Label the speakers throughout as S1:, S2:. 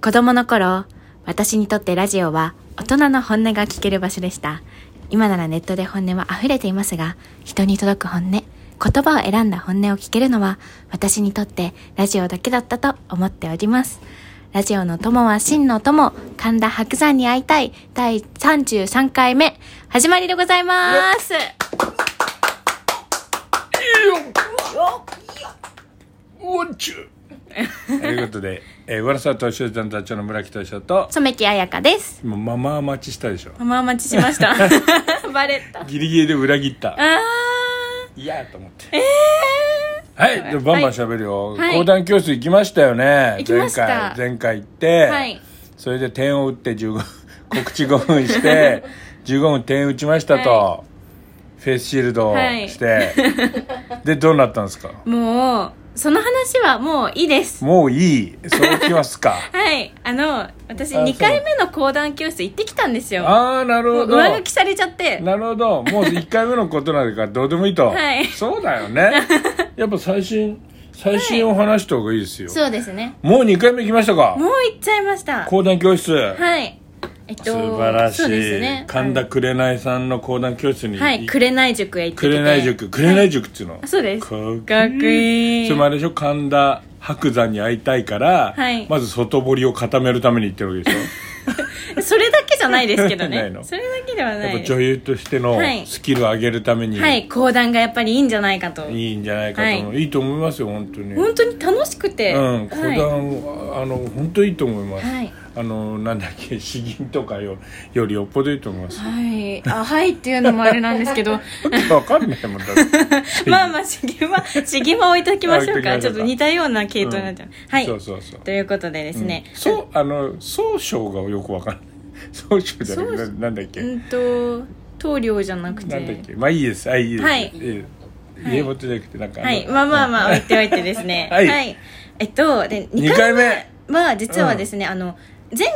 S1: 子供の頃、私にとってラジオは大人の本音が聞ける場所でした。今ならネットで本音は溢れていますが、人に届く本音、言葉を選んだ本音を聞けるのは、私にとってラジオだけだったと思っております。ラジオの友は真の友、神田白山に会いたい、第33回目、始まりでございます。
S2: ワンチュー ということで、えー、上田沢敏夫ちゃんたちの村木敏夫と
S1: 染木彩香です。
S2: もうママ待ちしたでしょ
S1: まあ待ちしま した。バレた。
S2: ギリギリで裏切った
S1: あ
S2: いやーと思って
S1: ー。え
S2: はいでバンバン喋るよ、
S1: はい
S2: 講談教室行きましたよね
S1: 行きました
S2: 前回前回行って、
S1: はい
S2: それで点を打って15分 告知5分して15分点打ちましたと、
S1: は
S2: フェイスシールドをして、でどうなったんですか
S1: ーもう、その話はもういいです。
S2: もういいそうきますか
S1: はい。あの、私
S2: あ
S1: 2回目の講談教室行ってきたん ですよ。
S2: ああなる
S1: もう
S2: ほど
S1: 上書きされちゃって。
S2: なるほどもう1回目のことなんだからどうでもいいと、
S1: はい
S2: そうだ よねやっぱ最新最新を話した方がいいですよ、
S1: そうですね。
S2: もう2回目行きましたか
S1: もう行っちゃいました。
S2: 講談教室、
S1: はい。えっと、
S2: 素晴らし
S1: そうです
S2: い、
S1: ね。
S2: 神田紅さんの講談教室に、
S1: はい。紅塾へ行ってきて。
S2: 紅塾紅塾っていうの、
S1: あそうです。
S2: かっこいい
S1: かっこいい
S2: それもあれでしょ神田白山に会いたいから、
S1: はい
S2: まず外堀を固めるために行ってるわけでし
S1: それだけじゃないですけど
S2: ない
S1: ね。
S2: の
S1: それだけでは
S2: ょ
S1: な
S2: やっ
S1: い
S2: ぱ
S1: です。
S2: 女優としての
S1: はい
S2: スキルを上げるために、
S1: はい。講談がやっぱりいいんじゃないかと。
S2: いいんじゃないかと思う、、
S1: はい
S2: いと思いますよ本当に
S1: 本当に楽しくて。
S2: うん、講
S1: はい
S2: 談、あの本当いいと思います。
S1: はい
S2: あのなんだっけ 詩吟とかよよりよっぽどいいと思います。
S1: はい。あ、はいっていうのもあれなんですけど。
S2: わかんないもんだって。
S1: まあまあ、しぎま、しぎま置いときましょう
S2: 置
S1: か。
S2: いときましょうか
S1: ちょっと似たような系
S2: うん
S1: 統になっちゃう。 はい。
S2: そうそうそう。
S1: ということでですね。
S2: そうあの総称がよくわかんない。 総称じゃなくてななんだっけ。
S1: うんと、棟梁じゃなくて。
S2: なんだっけ。まあいいです。あいいです。
S1: はい
S2: ええ家元じゃなくてなんか。。
S1: はい。まあまあまあ、置いておいてですね
S2: はい
S1: えっと、で、
S2: 二
S1: 2
S2: 回
S1: 回
S2: 目
S1: 目は、実はですね、あの、前、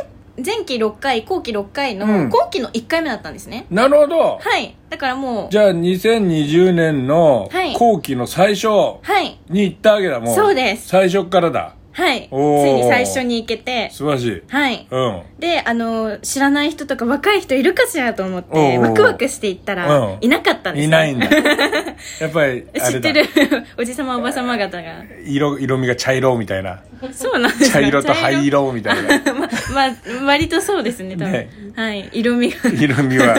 S1: 前期6回、後期6回
S2: うん
S1: の、後期の1回目だったんですね。
S2: なるほど。
S1: はい。だからもう
S2: じ、ゃあ2020年の
S1: はい
S2: 後期の最初
S1: はい。
S2: に行ったわけだもん。
S1: そうです
S2: 最初からだ。
S1: はい。つ
S2: おー
S1: いに最初に行けて、
S2: 素晴らしい。
S1: はい。
S2: うん。
S1: で、あの、知らない人とか若い人いるかしらと思っ
S2: おうお
S1: て、
S2: う
S1: ワクワクして行った
S2: うん
S1: ら、いなかったんです、
S2: いないんだ。やっぱり、あ
S1: 知
S2: れ
S1: っ
S2: だ
S1: てるおじさまおばさま方が。
S2: 色、色味が茶色みた いな。
S1: そうなんですか
S2: 茶色と灰。色みたいな。
S1: 茶色 ま、ま、割とそうですね、多分。
S2: ね
S1: はい。色 味が。
S2: 色味は、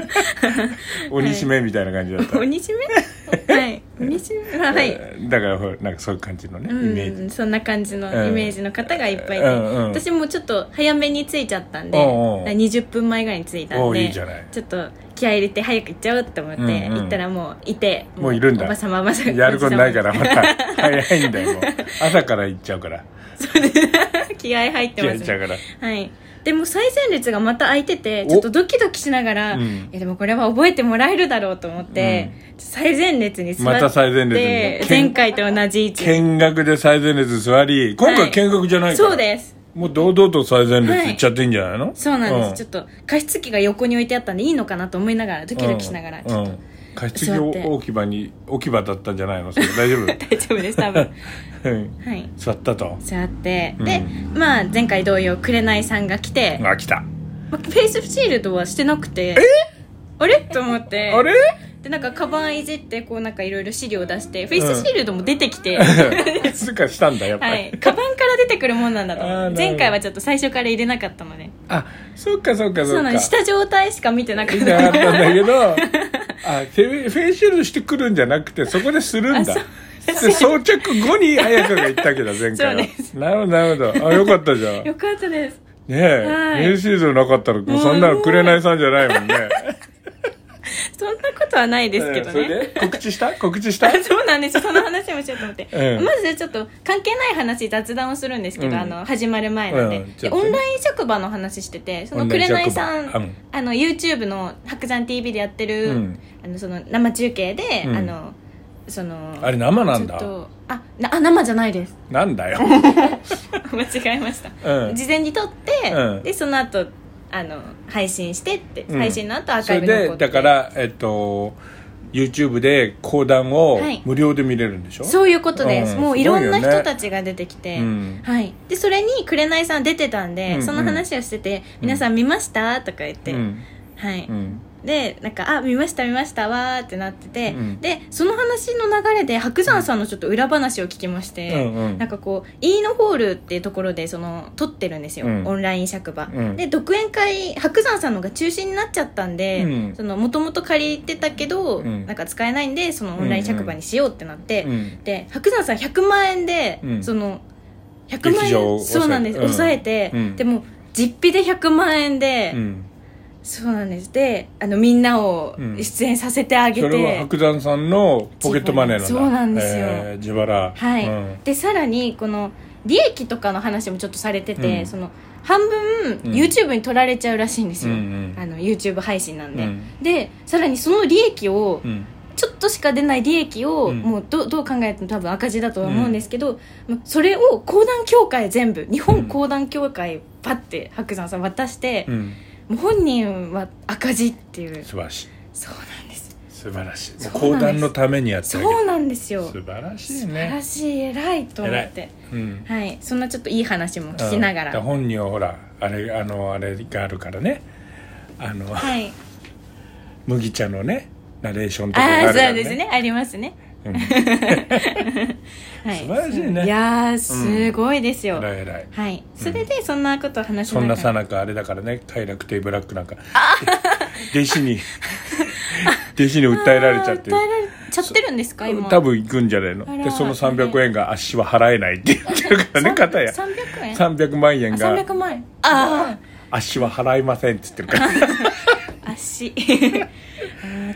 S2: 鬼しめみたいな感じだった。
S1: 鬼締めはい。鬼締めははい。
S2: だから、ほらなんかそういう感じのね、イメー
S1: う
S2: ジ。
S1: ん、そんな感じの
S2: うん
S1: イメージの方がいっぱいいて、
S2: うんうん
S1: 私もちょっと早めに着いちゃったんで、
S2: おうおう
S1: 20分前ぐらいに着いた
S2: お
S1: ん
S2: う
S1: で
S2: いいじゃない
S1: ちょっと気合い入れて早く行っちゃおうと思って、
S2: うんうん
S1: 行ったらもういて
S2: もういるんだ
S1: おばさまおばさま
S2: やることないから、
S1: お
S2: ま た、早いんだよ、もう。朝から行っちゃうから。
S1: じさま気合い入ってます
S2: 行っちゃうから。
S1: はいでも最前列がまた空いてて
S2: お
S1: ちょっとドキドキしながら、
S2: うん
S1: いやでもこれは覚えてもらえるだろうと思って、最前列に座って
S2: また最前列に
S1: 前回と同じ位置
S2: 見学で最前列座り、今
S1: は
S2: 回
S1: い
S2: 見学じゃないから。
S1: そうです
S2: もう堂々と最前列行っちゃっていいんじゃないの
S1: そうなんです、ちょ
S2: っ
S1: っと加湿器が横に置いてあったんでいいのかなと思いながらドキドキしながら、ちょっと、
S2: 加湿器
S1: 座って
S2: 置き場に、置き場だったんじゃないのそれ大丈 夫
S1: 大丈夫です多 分
S2: うん
S1: はい
S2: 座ったと
S1: 座って、
S2: うん
S1: でまあ前回同様紅さんが来て、
S2: あ来た
S1: まあフェイスシールドはしてなくてあれと思って
S2: あれ
S1: でなんかカバンいじってこうなんかいろいろ資料出してフェイスシールドも出てきて、
S2: すかしたんだやっぱ り、
S1: はいカバンから出てくるもんなんだと
S2: あーな
S1: 思っ
S2: る
S1: て
S2: ほど
S1: 前回はちょっと最初から入れなかったので
S2: あそっかそっかそっか
S1: そうなんですした状態しか見てなかっ
S2: い
S1: た
S2: なかったんだけどあフェフェイシールドしてくるんじゃなくてそこでするんだ
S1: あ
S2: で装着後に綾香が言ったけど前回は
S1: そうです
S2: なるほどなるほどあよかったじゃんね
S1: よかったです
S2: え、
S1: はい
S2: フェイシールドなかったらもうそんなの紅さんじゃないもんね
S1: そんなことはないですけど
S2: う
S1: ね、
S2: んそれで告知した告知 し た
S1: あそうなんですよその話もしようと思って、
S2: うん
S1: まずちょっと関係ない話雑談をするんですけど、
S2: うん
S1: あの始まる前なんで,、
S2: うんちょ
S1: で
S2: っとね
S1: オンライン職場の話しててそ
S2: オ
S1: の
S2: ンライン職場
S1: 紅さん、
S2: うん
S1: あの YouTube の「白山 TV」でやってる、
S2: うん
S1: あのその生中継で、
S2: うん
S1: あのその
S2: あれ生なんだ
S1: ちょっとあなあ生じゃないです
S2: なんだよ
S1: 間違えました、
S2: うん
S1: 事前に撮って、
S2: うん
S1: でその後あの配信してって、
S2: うん
S1: 配信の後アー
S2: そ
S1: カイ
S2: れ
S1: ブ残って
S2: でだからえっと YouTube で講談を
S1: はい
S2: 無料で見れるんでしょ、
S1: そういうことです、
S2: うん
S1: もういろんな
S2: すごいよ
S1: 人
S2: ね
S1: たちが出てきて、
S2: うん
S1: はい、でそれに紅さん出てたんで、
S2: うんうん
S1: その話をしてて「皆さん見ました?」とか言って、
S2: うん
S1: はい、
S2: うん
S1: でなんか「あ見ました見ましたわ」ってなってて、
S2: うん
S1: でその話の流れで白山さんのちょっと裏話を聞きまして、
S2: うんうん
S1: なんかこうイーノホールっていうところでその撮ってるんですよ、
S2: うん
S1: オンライン尺場、
S2: うん
S1: で独演会白山さんのが中止になっちゃったんで
S2: うん
S1: もともと借りてたけど、
S2: うん
S1: なんか使えないんでそのオンライン尺場にしようってなって、
S2: うん
S1: で白山さん100万円で、
S2: うん
S1: その100万
S2: 劇場を
S1: 円
S2: 抑え
S1: そうなんです、
S2: うん
S1: 抑えて、
S2: うん
S1: でも実費で100万円で、
S2: うん
S1: そうなんですであのみんなを
S2: うん
S1: 出演させてあげて、
S2: それは白山さんのポケットマネーなんだ
S1: そうなんですよ
S2: えー自腹
S1: はい、
S2: うん
S1: でさらにこの利益とかの話もちょっとされてて、
S2: うん
S1: その半分
S2: うん
S1: YouTube に取られちゃうらしいんですよ、
S2: うんうん
S1: あの YouTube 配信なんで、
S2: うん
S1: でさらにその利益を、
S2: うん
S1: ちょっとしか出ない利益を、
S2: うん
S1: もうどどう考えても多分赤字だとは思うんですけど、まあそれを講談協会全部日本講談協会パッて白山さん渡して、
S2: うん
S1: もう本人は赤字っていう
S2: 素晴らしい
S1: そうなんです
S2: 素晴らしい
S1: そうなんです
S2: 講談のためにやってあげる
S1: そうなんですよ
S2: 素晴らしい
S1: 素晴ら
S2: ね
S1: しい偉いと思っ
S2: 偉
S1: て
S2: うん
S1: はいそんなちょっといい話も聞きなが、
S2: うんだからら本人はほらあれあのあれがあるからねあの、
S1: はい
S2: 麦茶のねナレーションとか
S1: あ
S2: があ
S1: あ
S2: るから、ね、
S1: そうですねありますね、
S2: うん
S1: はい、
S2: 素晴らしいね
S1: いやーすごいですよ、
S2: 偉い偉い
S1: はいそれでそんなことを話し
S2: そん
S1: なが
S2: な
S1: ら
S2: さなかあれだからね快楽亭ブラックなんか弟子に弟子に訴えられちゃって
S1: あー訴えられちゃってるんですか今
S2: 多分行くんじゃないの
S1: あら
S2: でその300円があっしは払えないって言ってる か
S1: さ
S2: らね
S1: ん
S2: 片や
S1: 300円
S2: 300万円
S1: あ
S2: が
S1: 300万円あ
S2: あっしは払いませんって言ってるから
S1: あ足あー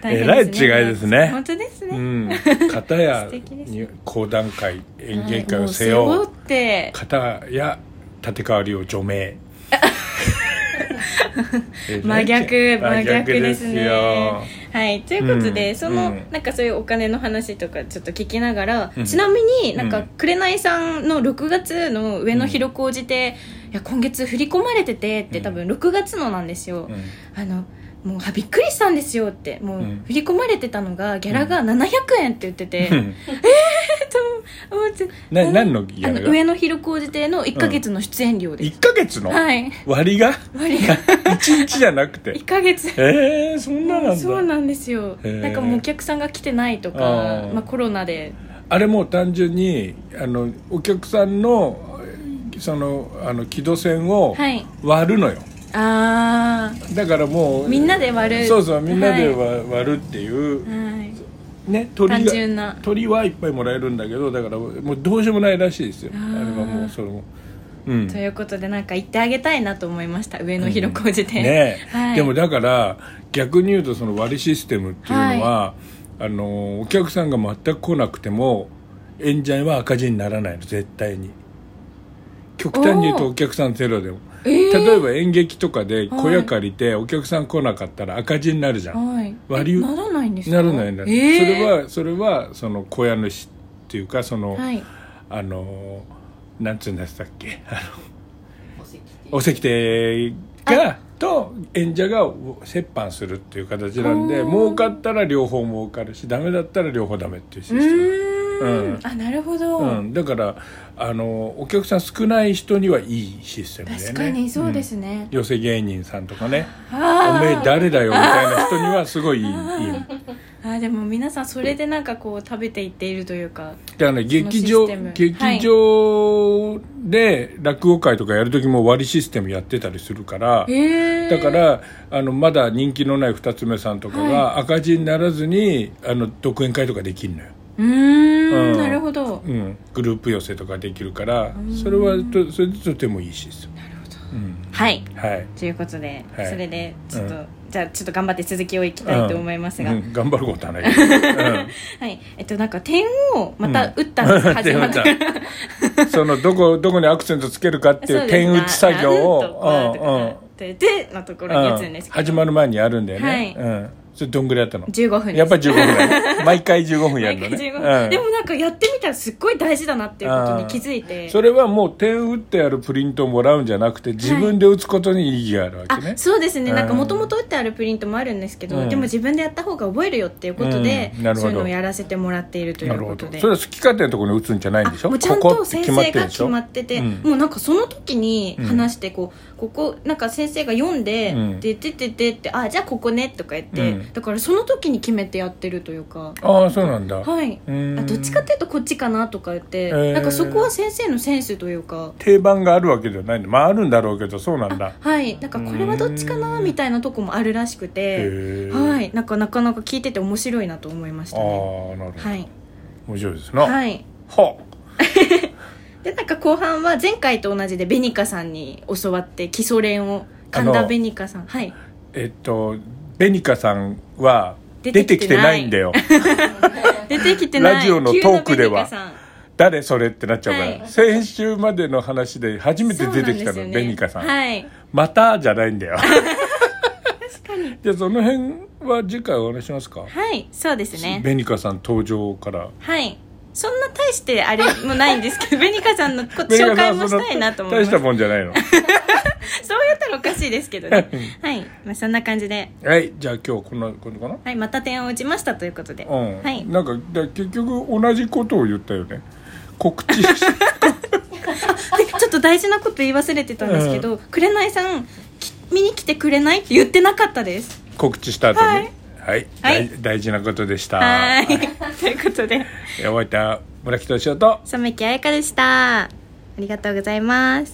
S1: 大変ですね
S2: えらい違いですね
S1: 本当ですね、
S2: うん片や
S1: 素敵です
S2: に講談会演芸会
S1: は
S2: を
S1: い
S2: 背
S1: も
S2: 負
S1: う
S2: う
S1: 背負って
S2: 片や立川理を除名
S1: 真 逆真逆ですね
S2: よ
S1: はいということで、
S2: うん
S1: その、
S2: うん
S1: なんかそういうお金の話とかちょっと聞きながら、
S2: うん
S1: ちなみになん
S2: う
S1: か
S2: ん
S1: 紅さんの6月の上野広小路で、いや今月振り込まれててって多分6月のなんですよ、
S2: うん
S1: あのもうあびっくりしたんですよってもう
S2: うん
S1: 振り込まれてたのがギャラが700円って言ってて、 と思って
S2: な
S1: うん
S2: 何のギャラ
S1: あ
S2: が
S1: の上野広小路亭の1か月の出演料です、
S2: 1ヶ月の
S1: はい
S2: 割が
S1: 割が
S2: 1日じゃなく て
S1: 1か月
S2: えー、そんななんだ
S1: そうなんですよ
S2: へー
S1: なんかもうお客さんが来てないとか
S2: あー
S1: まあ、コロナで
S2: あれもう単純にあのお客さんのそのあの軌道線を
S1: はい
S2: 割るのよ、
S1: あ
S2: だからもう
S1: みんなで割る
S2: そうそうみんなで
S1: は
S2: 割,、割るっていう
S1: あ、はい、
S2: ね鳥が
S1: 単純な
S2: 鳥はいっぱいもらえるんだけどだからもうどうしようもないらしいですよ
S1: あ
S2: あ
S1: ー
S2: れはもうそのうん
S1: ということでなんか行ってあげたいなと思いました上野広小路亭、
S2: ねえ
S1: はい、
S2: でもだから逆に言うとその割りシステムっていうのは、あのお客さんが全く来なくても演者は赤字にならないの絶対に極端に言うと
S1: おー
S2: お客さんゼロでも、
S1: えー
S2: 例えば演劇とかで
S1: はい
S2: 小屋借りてお客さん来なかったら赤字になるじゃん、
S1: はい、
S2: 割り
S1: えならないんですか
S2: ならないならない、
S1: えー、
S2: それはそれはその小屋主っていうかその、
S1: はい
S2: あのなんつうんだったっけあのお席亭がと演者が折半するっていう形なんで
S1: おー
S2: 儲かったら両方儲かるしダメだったら両方ダメっていうシス
S1: う
S2: テム
S1: ーん
S2: うん
S1: あなるほど、
S2: うん、だからあのお客さん少ない人にはいいシステムだよね
S1: 確かにそうですね
S2: ん、寄せ芸人さんとかね「お
S1: あ
S2: めえ
S1: ー
S2: 誰だよ」みたいな人にはすごいいいいい
S1: あーでも皆さんそれでなんかこう食べていっているというか
S2: だからね劇
S1: その
S2: 場
S1: システム
S2: 劇場で落語会とかやる時も割りシステムやってたりするから、
S1: へえ
S2: だからあのまだ人気のない二つ目さんとか
S1: は
S2: が赤字にならずにあの独演会とかできるのよ、
S1: うー
S2: うんん
S1: なるほど
S2: うん、グループ寄せとかできるからそれはとそれでとてもいいシステム、うん、
S1: はい
S2: はい
S1: ということで、
S2: はい
S1: それでちょっと、
S2: うん
S1: じゃあちょっと頑張って続きをいきたいと思いますが、
S2: うんうん頑張ることはないけど、うん
S1: はいえっとなんか点をまた打ったんです、始 ま った
S2: 手打ちそのどこどこにアクセントつけるかっていう点打ち作業を、
S1: うんうん、ででのところに打つんですけど、
S2: 始まる前にやるんだよね、
S1: はい
S2: うん、それどんぐらいやったの
S1: 15分
S2: やっぱり15分だ毎回15分やるのね
S1: 毎回15分
S2: うん
S1: でもなんかやってみたらすっごい大事だなっていうことに気づいて
S2: それはもう点打ってあるプリントをもらうんじゃなくて自分で打つことに意義があるわけね、
S1: あそうですね、なんか
S2: うん
S1: もともと打ってあるプリントもあるんですけど、
S2: うん
S1: でも自分でやった方が覚えるよっていうことで、
S2: うんなるほ
S1: そ
S2: ど
S1: ういうのをやらせてもらっているとい
S2: な
S1: う
S2: るほ
S1: こと
S2: どそ
S1: で
S2: れは好き勝手なところに打つんじゃないんでし
S1: あ
S2: ょ
S1: もうちゃん
S2: こことって
S1: 先
S2: 決まっ
S1: 生
S2: てる
S1: が
S2: でし
S1: 決
S2: ょ
S1: まってて
S2: うん
S1: もうなんかその時に
S2: うん
S1: 話してこう、ここなんか先生が読んで
S2: う
S1: 「
S2: ん
S1: でててて」って「あじゃあここね」とか言って、
S2: うん
S1: だからその時に決めてやってるというか
S2: ああそうなんだ、
S1: はい
S2: うん
S1: あどっちかっていうとこっちかなとか言って、
S2: ー
S1: なんかそこは先生のセンスというか
S2: 定番があるわけじゃないんだまああるんだろうけどそうなんだ
S1: はいなんかこれはどっちかな
S2: うん
S1: みたいなとこもあるらしくて、
S2: へえ
S1: はいなんかなかなか聞いてて面白いなと思いまし
S2: あ
S1: たね
S2: あなるほど、
S1: はい
S2: 面白いですなは
S1: はい
S2: は
S1: でなんか後半は前回と同じでベニカさんに教わって基礎練を神
S2: あ
S1: 田
S2: の
S1: ベニカさんはい
S2: えっとベニカさんは
S1: 出
S2: 出
S1: てき
S2: て
S1: て
S2: きて
S1: な
S2: ないいんだよ
S1: 出てきてない
S2: ラジオのトークで
S1: 急なベニ
S2: は
S1: カさん
S2: 誰それってなっちゃうから、
S1: はい
S2: 先週までの話で初めて出てきた
S1: そう
S2: の、
S1: なんですよね
S2: ベニカさん、
S1: はい
S2: またじゃないんだよ
S1: 確かに
S2: じゃあその辺は次回お話しますか、
S1: はいそうですね
S2: ベニカさん登場から
S1: はいそんな大してあれもないんです けどベニカさんのこ
S2: ベニカ
S1: 紹
S2: さ
S1: 介
S2: ん
S1: も
S2: は
S1: し
S2: その
S1: たいなと思い
S2: 大
S1: ま
S2: し
S1: す
S2: たもんじゃない の
S1: そうやったらおかしいですけどねはい、まあ、そんな感じで、
S2: はいじゃあ今日こんなことかな
S1: はい、また点を打ちましたということで、
S2: うん、
S1: はい
S2: なんかだ結局同じことを言ったよね 告知
S1: でちょっと大事なこと言い忘れてたんですけど、紅さんき見に来てくれないって言ってなかったです
S2: 告知した後にはい、
S1: はい
S2: 大大事なことでした
S1: はい ということで
S2: えお相手は村木敏夫と
S1: 染木彩香でしたありがとうございます